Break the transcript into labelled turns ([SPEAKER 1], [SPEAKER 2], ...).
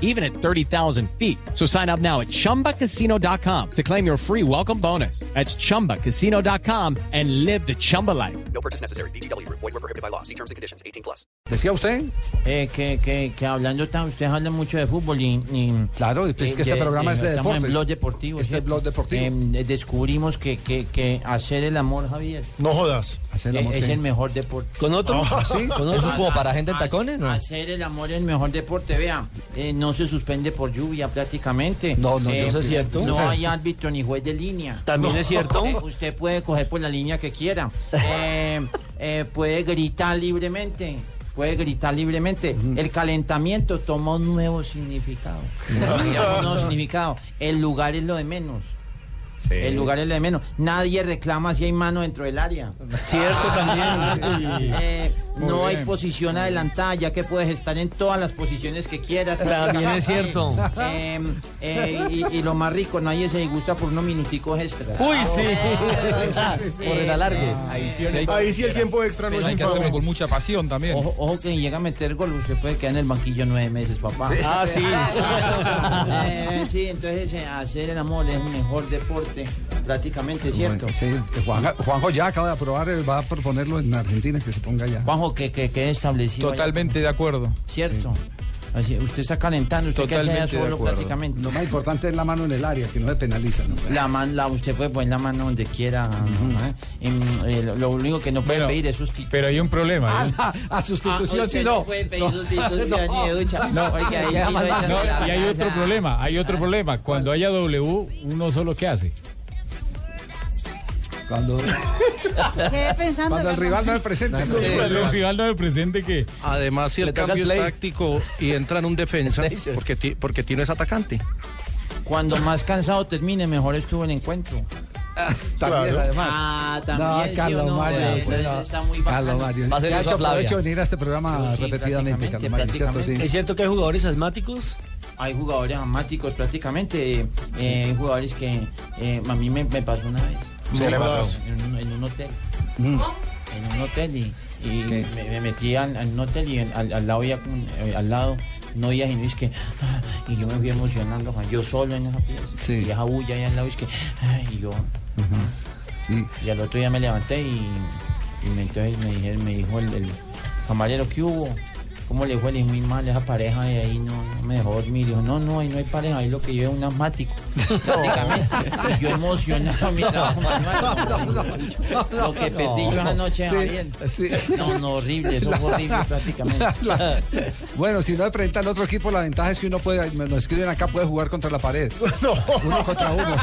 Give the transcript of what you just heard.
[SPEAKER 1] even at 30,000 feet. So sign up now at ChumbaCasino.com to claim your free welcome bonus. That's ChumbaCasino.com and live the Chumba life.
[SPEAKER 2] No purchase necessary. BGW. Void were prohibited by law. See terms and conditions. 18 plus.
[SPEAKER 3] ¿Decía usted?
[SPEAKER 4] Eh, que, que, que hablando tan, usted habla mucho de fútbol y... y-
[SPEAKER 3] Claro, y pues
[SPEAKER 4] eh,
[SPEAKER 3] que este programa es de
[SPEAKER 4] estamos
[SPEAKER 3] deportes.
[SPEAKER 4] en blog deportivo.
[SPEAKER 3] Este
[SPEAKER 4] ¿cierto?
[SPEAKER 3] blog deportivo.
[SPEAKER 4] Em, eh, descubrimos que, que, que hacer el amor, Javier,
[SPEAKER 5] No jodas.
[SPEAKER 3] Hacer
[SPEAKER 4] eh,
[SPEAKER 3] amor,
[SPEAKER 4] es
[SPEAKER 3] ¿qué?
[SPEAKER 4] el mejor deporte.
[SPEAKER 6] ¿Con otro?
[SPEAKER 3] ¿sí?
[SPEAKER 6] ¿Con otro? es como para gente en
[SPEAKER 4] Hace-
[SPEAKER 6] tacones? ¿no?
[SPEAKER 4] Hacer el amor es el mejor deporte, vea. eh, no se suspende por lluvia prácticamente.
[SPEAKER 3] No, no,
[SPEAKER 4] Eh,
[SPEAKER 3] eso es cierto.
[SPEAKER 4] No hay árbitro ni juez de línea.
[SPEAKER 6] También es cierto.
[SPEAKER 4] Eh, usted puede coger por la línea que quiera. Eh, eh, puede gritar libremente. Puede gritar libremente. El calentamiento toma un nuevo significado. Toma un nuevo significado. El lugar es lo de menos. El lugar es lo de menos. Nadie reclama si hay mano dentro del área.
[SPEAKER 6] Cierto también.
[SPEAKER 4] Eh, no hay posición adelantada, ya que puedes estar en todas las posiciones que quieras.
[SPEAKER 6] También es cierto.
[SPEAKER 4] Eh, eh, y, y lo más rico, nadie se disgusta por unos minuticos extras.
[SPEAKER 6] Uy, sí.
[SPEAKER 4] Por
[SPEAKER 6] Por el alargue.
[SPEAKER 4] Ahí sí,
[SPEAKER 5] Ahí sí el tiempo extra no
[SPEAKER 4] Pero
[SPEAKER 5] es
[SPEAKER 4] hay que
[SPEAKER 5] infame.
[SPEAKER 7] mucha pasión también.
[SPEAKER 6] Oh,
[SPEAKER 4] Ojo, ojo que llega a meter gol, usted puede quedar en el banquillo nueve meses, papá.
[SPEAKER 6] Ah, sí.
[SPEAKER 4] Eh, sí, entonces eh, hacer el amor es el mejor deporte, prácticamente, ¿cierto?
[SPEAKER 3] Sí, que Juan- Juanjo ya acaba de aprobar, eh, va a proponerlo en Argentina, que se ponga ya.
[SPEAKER 4] Juanjo, que que que establecido. allá,
[SPEAKER 7] Totalmente de acuerdo.
[SPEAKER 4] ¿Cierto? Así, usted está calentando, usted que
[SPEAKER 7] Totalmente
[SPEAKER 4] hace allá
[SPEAKER 7] de
[SPEAKER 4] solo
[SPEAKER 7] acuerdo.
[SPEAKER 4] prácticamente.
[SPEAKER 3] Lo más importante es la mano en el área, que no le penaliza. ¿no?
[SPEAKER 4] La man, la, usted puede poner la mano donde quiera. ¿no? ¿Eh? Em, eh, lo, lo único que no puede
[SPEAKER 7] Bueno,
[SPEAKER 4] pedir es Ah, sustitución.
[SPEAKER 7] Pero hay un problema.
[SPEAKER 3] A,
[SPEAKER 7] ¿eh?
[SPEAKER 3] la- a sustitución, si no.
[SPEAKER 4] pedir sustitución ni de ducha. No, porque ahí sí lo echan
[SPEAKER 7] No,
[SPEAKER 4] de la
[SPEAKER 7] y hay otro
[SPEAKER 4] casa.
[SPEAKER 7] problema, hay otro problema. Cuando haya W, uno solo qué hace.
[SPEAKER 3] Cuando,
[SPEAKER 8] Quedé pensando.
[SPEAKER 3] cuando el
[SPEAKER 8] ¿verdad?
[SPEAKER 3] rival no le presenta. ¿no?
[SPEAKER 7] Cuando el rival no me presente que
[SPEAKER 9] Además, si
[SPEAKER 6] Le
[SPEAKER 9] el
[SPEAKER 6] toca
[SPEAKER 9] cambio
[SPEAKER 6] el
[SPEAKER 9] es
[SPEAKER 6] play.
[SPEAKER 9] táctico y entra en un defensa,
[SPEAKER 6] Station.
[SPEAKER 9] porque, ti- porque Tino es atacante.
[SPEAKER 4] Cuando más cansado termine, mejor estuvo el encuentro.
[SPEAKER 3] También,
[SPEAKER 5] Claro.
[SPEAKER 3] además.
[SPEAKER 4] Ah,
[SPEAKER 3] No, Carlos Mario. pues, no. Carlos
[SPEAKER 6] Pásenle
[SPEAKER 3] Mario. Ya ha
[SPEAKER 6] eso
[SPEAKER 3] hecho
[SPEAKER 6] a Flavia.
[SPEAKER 3] provecho de venir a este programa
[SPEAKER 4] Sí, sí,
[SPEAKER 3] repetidamente, Carlos Mario, ¿cierto? Sí.
[SPEAKER 4] prácticamente,
[SPEAKER 6] ¿Es cierto que hay jugadores asmáticos?
[SPEAKER 4] Hay jugadores amáticos prácticamente, eh, eh, hay jugadores que eh, a mí me, me pasó una vez.
[SPEAKER 5] ¿Qué le pasó?
[SPEAKER 4] En un, en un hotel.
[SPEAKER 3] Mm.
[SPEAKER 4] En un hotel y, y
[SPEAKER 3] ¿Qué?
[SPEAKER 4] me, me metí al, al hotel y en- al, al lado ya eh, al lado no oía y es que ah, y yo me fui emocionando, Juan, yo solo en esa pieza.
[SPEAKER 3] Sí.
[SPEAKER 4] Y esa bulla ahí al lado es que ay, y yo
[SPEAKER 3] Y-
[SPEAKER 4] y al otro día me levanté y, y me, entonces me, dije- me dijo el, el camarero, ¿qué hubo? ¿Cómo le fue? Le dije, muy mal esa pareja y ahí no, no me dejó dormir. Dijo, no, no, ahí no hay pareja, ahí lo que yo es un asmático. Prácticamente. Y yo emocionado mi trabajo.
[SPEAKER 3] No, no, no,
[SPEAKER 4] lo que perdí yo esa noche, Javier.
[SPEAKER 3] sí.
[SPEAKER 4] No, no, horrible, eso fue horrible prácticamente.
[SPEAKER 3] Bueno, si no le presenta al otro equipo, la ventaja es que uno puede, me- nos escriben acá, puede jugar contra la pared.
[SPEAKER 5] No.
[SPEAKER 3] Uno contra uno.